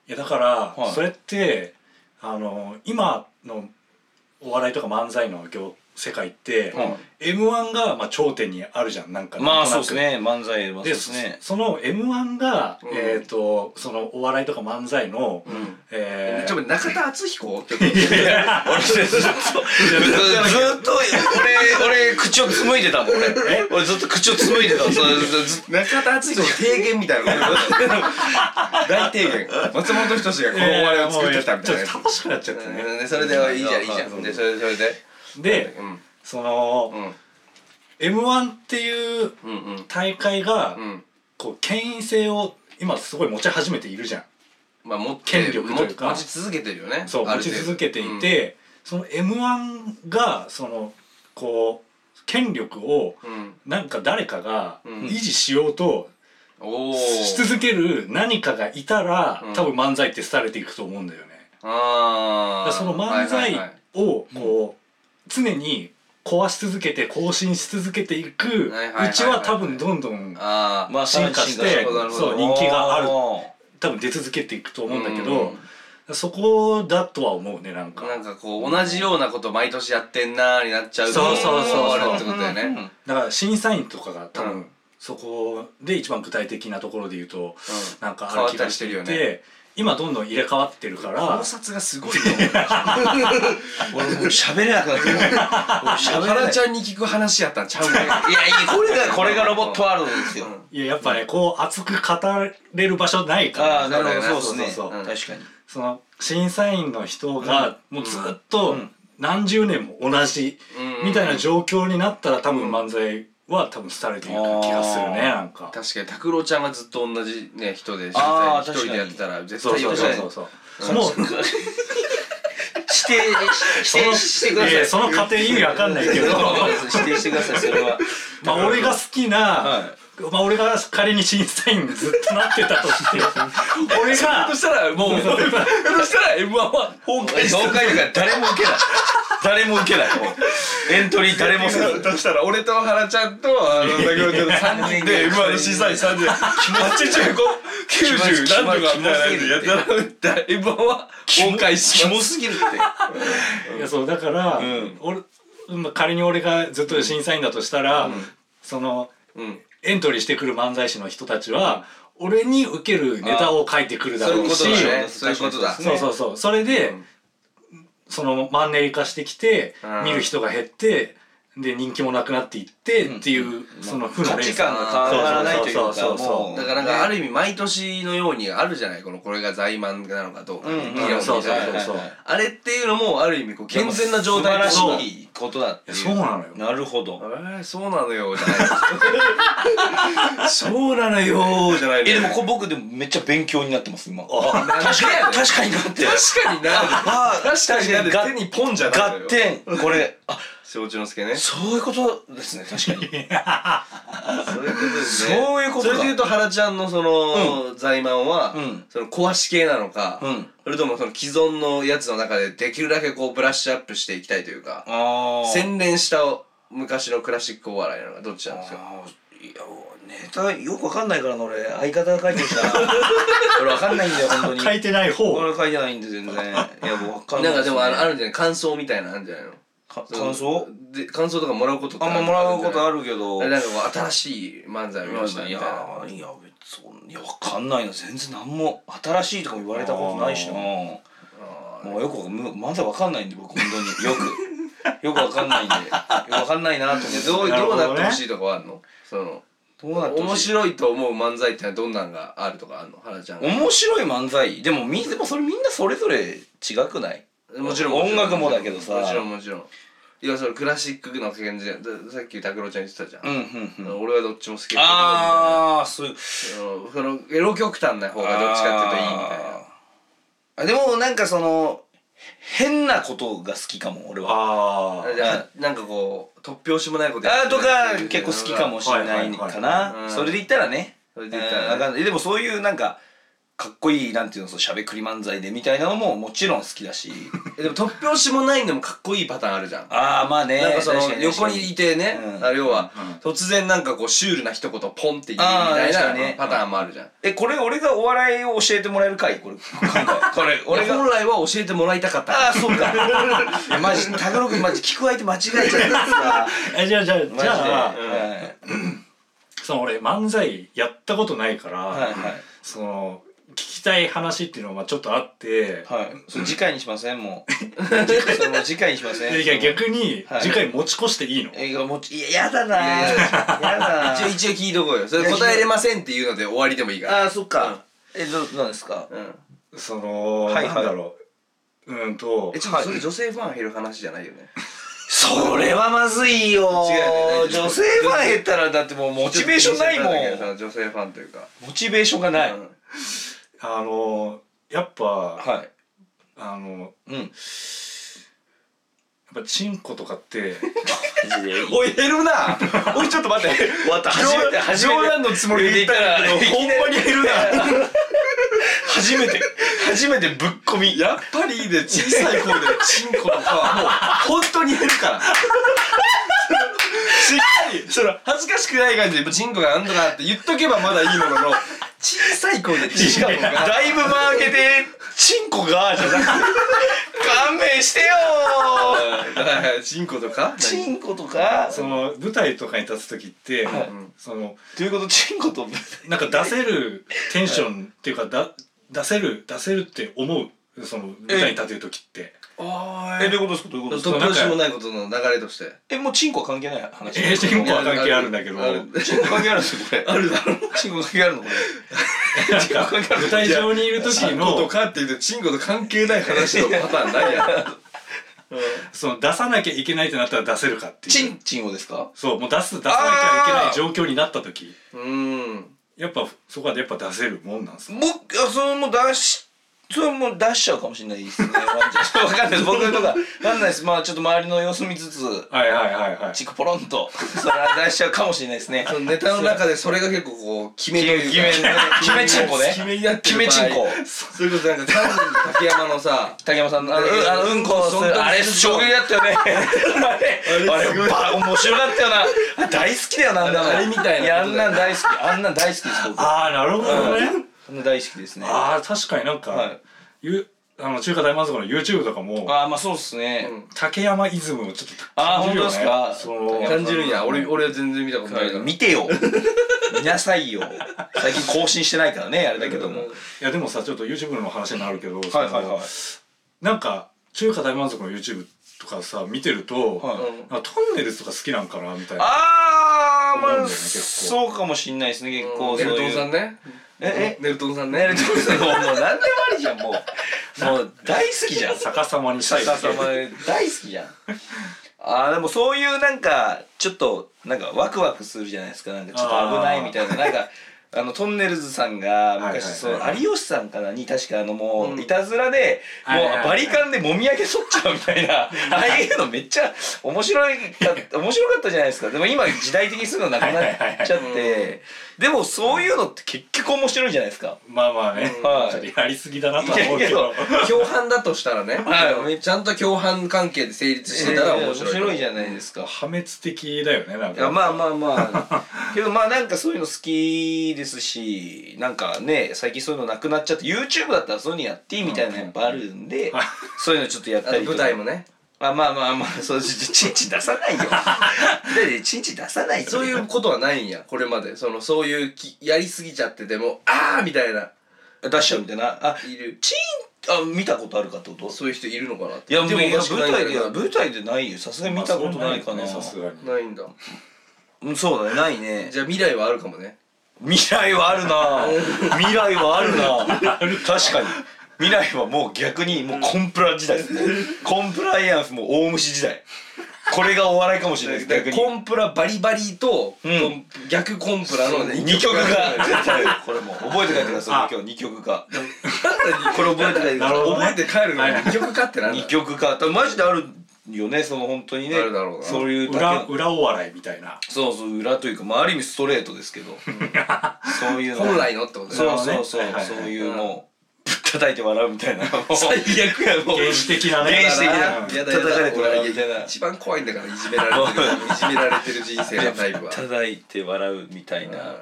C: やだから、
A: はい
C: それってあの今のお笑いとか漫才の業世界って、
A: うん
C: m 1がまあ頂点にあるじゃんなんか
A: まあ
C: な
A: そうんで
C: と
A: す
C: なく
A: ね漫才はそうです
C: で
A: ね
C: そその m 1が、
B: うん
C: えっ、とそのお笑いとか漫才の、
B: うん
C: えー
B: ちょっと待って中田敦彦ってこと
A: 俺ずっとずっと俺俺口を紡いでたもん俺俺ずっと口を紡いでたそうずっと
B: 中田敦彦の提言みたいなこと大提言松本人志がこのお笑いを作ってきたみたいなや
C: ち
B: つ
C: ょっと楽しくなっちゃってね、
B: うんでそれでいいじゃんいいじゃんでそれでそれで
C: で
B: うん
C: その、
B: うん
C: m 1っていう
B: うんうん
C: 大会が、
B: うん
C: こう権威性を今すごい持ち始めているじゃん
B: まあ持って
C: 権力というか
B: 持ち続けてるよね
C: そう
B: あ
C: 持
B: る程
C: ち
B: 度
C: 続けていて、その m 1がそのこう権力を
B: うんうん
C: なんか誰かが
B: うん
C: 維持しようと
B: おお
C: し続ける何かがいたら、
B: うん
C: 多分漫才って廃れていくと思うんだよね。
B: ああ
C: だからその漫
B: は
C: 才
B: いはいはい
C: をこう常に壊し続けて更新し続けていく
B: はいはいはいはいう
C: ちは多分どんどん
B: ああ
A: まあ
C: 進化して
B: なるほどなるほど
C: そう人気がある
A: る
C: 多分出続けていくと思うんだけ
B: うん
C: どそこだとは思うねなんか
B: なんかこう同じようなこと毎年やってんなーになっちゃう
C: そうそうそうそう
B: あれってことだよね
C: だから審査員とかが多
B: う
C: 分
B: ん
C: そこで一番具体的なところで言うとなんか
B: 変
C: あ
B: わっ
C: る気
B: た
C: が
B: り
C: し
B: して
C: て
B: るよ
C: い
B: ね
C: て今どんどん入れ替わってるから
B: 考察がすごいと思う
A: 俺もう喋れなくなってる喋れ
B: 原
A: ない
B: ちゃんに聞く話やったんちゃうね
A: いやいやこれがこれがロボットワールドですよ
B: う
C: いややっぱねこう熱く語れる場所ないから
A: ああなるほどそ
C: そ
A: うう
C: そう
A: です
C: そう
A: ね
B: うん
A: 確かに
C: その審査員の人がもうずっと
A: うん
C: 何十年も同じ
B: うん
C: みたいな状況になったら多分漫才は多分廃れていく気がする
A: あ
C: ね
A: ー
C: なんか
B: 確かに拓郎ちゃんがずっと同じね人で審
A: あ
B: 査
A: ー
B: 員一人でやってたら絶
C: そう
B: 対
C: そ
B: よ
C: う
B: く
C: そ
B: な
C: う
B: い
C: そうそうもう
A: 否定否定してくだ
C: いやい
A: さ
C: や
A: い
C: その過程意味わかんないけど
A: 否定してくださいそれは
C: まあ俺が好きな、
A: は
C: まあ俺が仮に審査員ずっとなってたとして俺が
B: そしたらもうそしたら M1 は崩
A: 業界だから誰も受けない誰も受けないもうエントリー誰もせず
B: そしたら俺と原ちゃんとあの拓郎ちゃんの3人で M1 の審査員3人で8590何とかみたいなやつでやったら M1 は崩壊し
A: キ
B: ま
A: モ
B: す
A: すぎるって
C: いやそうだから、
A: ん
C: 俺まあ仮に俺がずっと審査員だとしたら、その
B: うん
C: エントリーしてくる漫才師の人たちは、俺に受けるネタを書いてくるだ
B: そう
C: ろ
B: いう
C: う
B: こ
C: し
B: と
C: そう
B: だねそういうことだ
A: ね
C: そうそうそれで、
B: うん
C: そのマンネリ化してきて、
B: うん
C: 見る人が減ってで人気もなくなっていってっていう、その負の
A: 価
C: 連
A: 値観
C: 鎖
A: が変わらないというか
C: そうそうそうそう
A: もう
B: だからなんかある意味毎年のようにあるじゃないこのこれが在満なのかどうか
A: うん
B: 議
A: うん
B: 論みたいな
C: そうそうそうそう
B: あれっていうのもある意味こう健全な状態
A: らし
C: そう
A: いことだって
C: い
A: い
C: やそうなのよ
A: なるほど
B: えーそうなのよじゃないそうなのよじゃない
A: えでもこれ僕でもめっちゃ勉強になってます今確
B: 確か
A: かに 確かになって
B: 確かにな
A: ああ
B: 確かにな
A: 確か
B: 手
A: に
B: にポンじゃないの
A: 合
B: よ
A: 点これあ
B: 承知の助ね
A: そういうことですね確かに
B: そういうことですね
A: そういうこと
B: そ
A: だ
B: れでいうと原ちゃんのその、在満は、
A: うん
B: その壊し系なのか、
A: うん
B: それともその既存のやつの中でできるだけこうブラッシュアップしていきたいというか
A: ああ
B: 洗練した昔のクラシックお笑いなのかどっちなんですか
A: あーいやネタよくわかんないからな俺相方が書いてる しな俺わかんないんだよ本当に
C: 書いてない方
A: 俺書いてないんで全然いやもうわか
B: なん
A: ない
B: かでもあのあ
A: る
B: るんじゃない感想みたいなのあるんじゃないの
A: 感想
B: で感想とかもらうことって
A: あんまもらうことあ
B: る
A: るけど
B: あれなんかこう新しい漫才を見ました
A: い
B: み
A: や
B: たいない
A: や別にいやわかんないな全然何も新しいとかも言われたことないしな
C: あ
A: も
B: あ
A: うよくわかんむまだわかんないんで僕本当によくよくわかんないんでよくわかんないなと思っ
B: ー
A: て
B: で どう
C: なる
B: ど
C: ほ
B: う
C: ど
B: な
C: ね
B: ってほしいとかはあるのその
A: どうなってほ
B: 面
A: しい
B: 白いと思う漫才ってのはどんなんがあるとかあるの原ちゃんが
A: 面白い漫才でもみでもそれみんなそれぞれ違くない
B: もちろん
A: 音楽もだけどさ
B: もちろんもちろんいやそれクラシックの感じでさっき拓郎ちゃん言ってたじゃ、
A: うんんうんうん
B: 俺はどっちも好きだけど
A: ああそういう
B: うんそのエロ極端な方がどっちかっていうといいみたいな
A: あーあでもなんかその変なことが好きかも俺は
C: あ
B: あじゃあなんかこう突拍子もないことやっ
A: あー
B: て
A: と
B: るや
A: か
B: つってい
A: 結
B: う
A: 構好きかもしれない
C: はいはいはい
A: か
B: う
A: なんそれで言ったらね
B: それで言ったらね
A: うんわかんないでもそういうなんかかっこいいなんていうのそうしゃべくり漫才でみたいなのももちろん好きだ し
B: えでも突拍子もないのもかっこいいパターンあるじゃん
A: ああまあね
B: なんかその
A: 確に確
B: 横
A: か
B: にいてね、
A: うん
B: あれ要は
C: う
B: 突然なんかこうシュールな一言ポンって言うみ
A: あー
B: たい
A: 確かにね
B: なパターンもあるじゃん。
A: えこれ俺がお笑いを教えてもらえる回これ今回これ俺
B: 俺
A: が
B: 本来は教えてもらいたかった。
A: ああそうかいやマジ拓郎君マジ聞く相手間違えちゃったさ
C: えじゃあじゃあ
A: マジで
C: じゃあ
B: うん
A: はい
C: その俺漫才やったことないから、
A: はいはい
C: その聞きたい話っていうのはまあちょっとあって、
A: はい。それ次回にしませんも う。それもう次回にしません。
C: でいや逆に
A: はい
C: 次回持ち越していいの、
A: 映画もうちいややだな。
B: いやいや
A: やだ
B: 一応一応聞いとこうよ。それ答えれませんっていうので終わりでもいいか
A: な。
B: ら。
A: あーそっか。えどなんですか。
B: うん。
C: その、
A: はいはい
C: なんだろううーんと
B: えちょっとそれ女性ファン減る話じゃないよね。
A: それはまずいよ
B: 違うよね
A: 女性ファン減ったらだってもうモチベーションないも
B: そ
A: ん。
B: の女性ファンというか。
A: モチベーションがない。
B: うん
C: あのやっぱ、
A: は
C: あの
A: い。うん。
C: やっぱチンコとかって
A: 終
B: おい減 るな。おいちょっと待って。
A: わった初めて初めて
C: 冗談のつもりで言ったら
A: 言ったら
C: ほんまに減るな
A: 初めて初めてぶっ込み
B: やっぱりで小さい声でチンコとかはもう本当に減るから。しっかりその恥ずかしくない感じでチンコがなんとかって言っとけばまだいいものの小さい声でチンコが。
A: だいぶ負けてチンコがじゃなくて勘弁してよ
B: うんチンコとか
A: チンコとか
C: その舞台とかに立つ時って、
B: ん
C: その
A: ということチンコと
C: なんか出せるテンションっていうかだ出せる出せるって思うその舞台に立てる時って
B: お
A: えどういうことですかどういうことです
B: 突
A: か
B: 拍子もないことの流れとして
A: えもうチンコは関係ない話
C: えーチンコは関係あるんだけど
B: ある
A: チンコ関係あるんですよこれ
B: あるだろ
A: チンコ関係あるのこ
C: なんか舞台上にいる
B: チ
C: 時
B: ンコと
C: の
B: かって言うとチンコと関係ない話のパターンないやん
C: その出さなきゃいけないってなったら出せるかって
A: れ
C: い
A: チ
C: う
A: ンチンをですか
C: そうもう出す出さなきゃいけない状況になった時
B: うん
C: やっぱそこはやっぱ出せるもんなんですか
A: 僕あそのもう出しそれもう出しちゃうかもしれないですねワンちゃんちょっとわかんないです僕とかわかんないですまあちょっと周りの様子見つつ
C: はいはいはいはい
A: チンコポロンとそれは出しちゃうかもしれないですね
B: そのネタの中でそれが結構こう決め
A: 決
B: と
A: め
B: いう
A: 決め
B: か
A: 決めチンコね
B: 決めになって
A: 決
B: る場
A: めチ
B: 合
A: ンコ
B: それこそなんか単純に竹山のさ
A: 竹山さんのあのうんあのうんこをするあれ衝撃だったよねあれあ
B: あれすご
A: れ
B: い
A: ば面白かったよな大好きだよなあんなの
B: あれみたいなことだよ
A: やあんなん大好きあんなん大好きです僕あ
C: ああなるほどね、
A: んなん大好きですねあ
C: ああ確かになんか、
A: はい
C: ゆあの中華大満足の YouTube とかも
A: あまあそうっすね
B: うん
C: 竹山イズムをちょっと
A: あー
C: 感じるよね
A: 本当ですか
C: その
A: 竹山
B: 感じるんや俺俺は全然見たことないから
A: 見てよ見なさいよ最近更新してないからねあれだけども
C: いやでもさちょっと YouTube の話になるけど、そ
A: は
C: の
A: いはいはい
C: なんか中華大満足の YouTube とかさ見てると、
A: はい
B: うん
C: なんかトンネルズとか好きなんかなみたいな
A: ああまあ
C: 思うんだよね結構
A: そうかもしんないですね結構
B: ネ
A: そう
B: ルトン
A: い
B: さ
A: うん
B: ね
A: ええ
B: ネルトンさん
A: ね
B: ね
A: ルトンさん もうもう何でもありじゃんもうもう大好きじゃん
C: 逆さまにしたい
A: 逆さまで大好きじゃんあーでもそういうなんかちょっとなんかワクワクするじゃないですかなんかちょっと危ないみたいななんかあのトンネルズさんが昔そ
C: は
A: の
C: いはいはい
A: 有吉さんかなに確かあのも
B: う
A: うんいたずらでも
C: はいはいうはい
A: バリカンでもみあげ剃っちゃうみたいなああいうのめっちゃ面白いか面白かったじゃないですかでも今時代的にするのなくなっちゃっ
B: はいはいは
A: てでもそういうのって結局面白いじゃないですか。
C: まあまあね、
B: うん
A: はい
C: ちょっとやりすぎだなとはい思
A: や
C: う
A: け
C: けど
A: ど
B: 共犯だとしたらね、
A: はい
B: ちゃんと共犯関係で成立してたら面白
A: 面
B: い,、
A: 白いじゃないですか。
C: 破滅的だよねなん
A: いや
C: か
A: まあまあまあけどまあなんかそういうの好きですしなんかね最近そういうのなくなっちゃって YouTube だったらそういうのやっていいみたいなのやっぱあるんで、
C: うんはい
A: そういうのちょっとやった
B: あ
A: り
B: と
A: とか
B: 舞台もね
A: あまあまあまあそうちちんちん出さないよ舞台でちんちん出さないよ
B: そういうことはないんやこれまでそのそういうきやりすぎちゃっててもああみたいな
A: 出しちゃうみたいなあ
B: いる
A: ちんあ見たことあるかってこと
B: そういう人いるのかなって
A: いやもう
B: でも
A: いや
B: おかしく
A: 舞
B: ないんだ
A: 台
B: け
A: では
B: ど
A: 舞台でないよさすがに見たことないかな、
C: まあそれはねさすがに
B: ないんだ
A: うんそうだねないね
B: じゃあ未来はあるかもね
A: 未来はある な未来はあるな確かに未来はもう逆にもうコンプラ時代です ねコンプライアンスも大虫時代これがお笑いかもしれないです逆に
B: コンプラバリバリと、
A: うん
B: コン逆コンプラの
A: 二曲がこれもう覚えて帰ってください今日二曲がこれ覚えて帰ってください
C: なるほどね
B: 覚えて帰るの
C: はい
B: に二曲かってなんだ
A: 二曲か多分マジであるよねその本当にね
B: あるだろうな
A: そういうだけ
C: 裏
A: の
C: 裏お笑いみたいな
A: そうそう裏というかまあある意味ストレートですけどそういうの
B: 本来のってことだ
A: そ
B: よ
A: う
B: ね
A: そうそう、
C: はいはいはい
A: そういうもうぶったたいて笑うみたいな最悪やもう
C: 原始的なね
A: 原始的
B: や
A: な
B: だ
A: ぶ
B: や
A: っ
B: だ
A: たたかれて笑う
B: 俺
A: みたいな
B: 一番怖いんだからいじめられてるいじめられてる人生のタイプ
A: ぶっ
B: は
A: たたいて笑うみたいな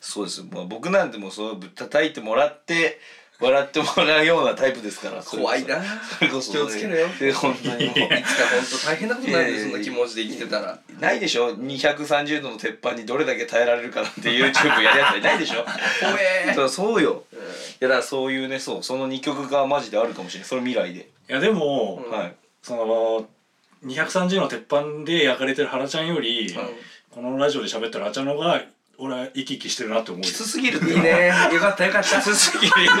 A: そうですまあ僕なんてもうそうぶったたいてもらって笑ってもらうようなタイプですから それこそ
B: 怖いな
A: それこそ
B: 気をつけろよ
A: で本当にもう
B: いつか本当大変なことになるよそんな気持ちで生きてたら
A: ないでしょ230度の鉄板にどれだけ耐えられるかなんて YouTube やるやつはいないでしょ
B: 怖え
A: そうそうよいやだからそういうねそうその2曲がマジであるかもしれないそれ未来で、
C: いやでも、
B: うん
A: はい
C: その230の鉄板で焼かれてるハラちゃんより、このラジオで喋ったらあちゃんの方が俺は生き生きしてるなって思うよ
A: きつすぎるって
B: いいねよかったよかった
A: きつすぎるよ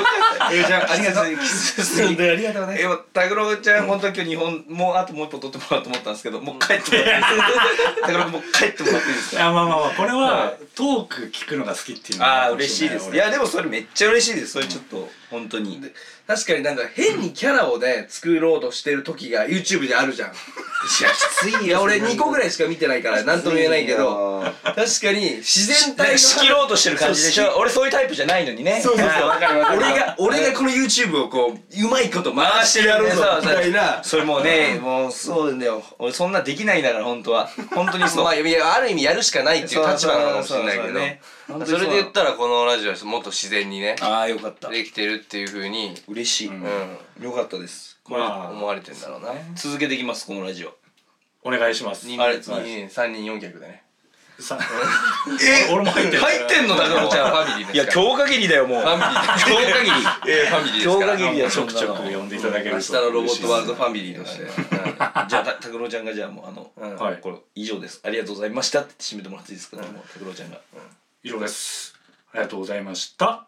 B: えじゃあありがとう
A: ぎ
B: でありがとうね
A: え拓郎ちゃん本当は今日2本もうあともう一本取ってもらおうと思ったんですけどもう帰ってもら って拓郎もう帰ってもらっていいです
C: い
A: か
C: やまあまあまあこれ
A: は
C: はトーク聞くのが好きっていうのが
A: ああ
C: るかも
A: 嬉しいですい
C: れな
A: やでもそれめっちゃ嬉しいですそれちょっと本当に
B: 確かになんか変にキャラをね作ろうとしてる時が YouTube であるじゃん
A: いやきつい
B: いや俺2個ぐらいしか見てないから何とも言えないけど確かに自然
A: なん
B: 体
A: か仕切ろうとしてる感じでしょ俺そういうタイプじゃないのにね
B: そうそうそう
A: あーわかるわかる
B: 俺が俺がこの YouTube をこううまいこと回してやろうぞみたいな
A: それもうねもうそうなんだよ俺そんなできないんだから本当は本当に そう
B: まあいやある意味やるしかないっていう立場なのかもしれない
A: そうそうそうそうね
B: けどそれで言ったらこのラジオはもっと自然にね
A: ああよかった
B: できてるっていうふうに
A: 嬉しい
B: うん
A: よかったです
C: まあ
B: 思われてんだろうな
A: 続けていきますこのラジオ
C: お願いします
B: 2
A: あれ
B: 人3人4脚でね
C: さ
A: え
C: 俺も入ってる
A: 入ってんのだからちゃん
B: ファミリー
A: い
B: で
A: や
B: すから
A: 今日限りだよもう
B: ファミリー
A: 今日限り
B: えー ファミリーですから
A: 今日限りだ
C: ちょくちょく呼んでいただけ
B: 明
C: る
B: 日
C: と
B: のロボットワールドファミリーとして
A: じゃあた拓郎ちゃんがじゃあもうあの
B: うん
C: はい
A: これ以上ですありがとうございましたって締めてもらっていいですかもう拓郎ちゃんが
C: 以上ですありがとうございました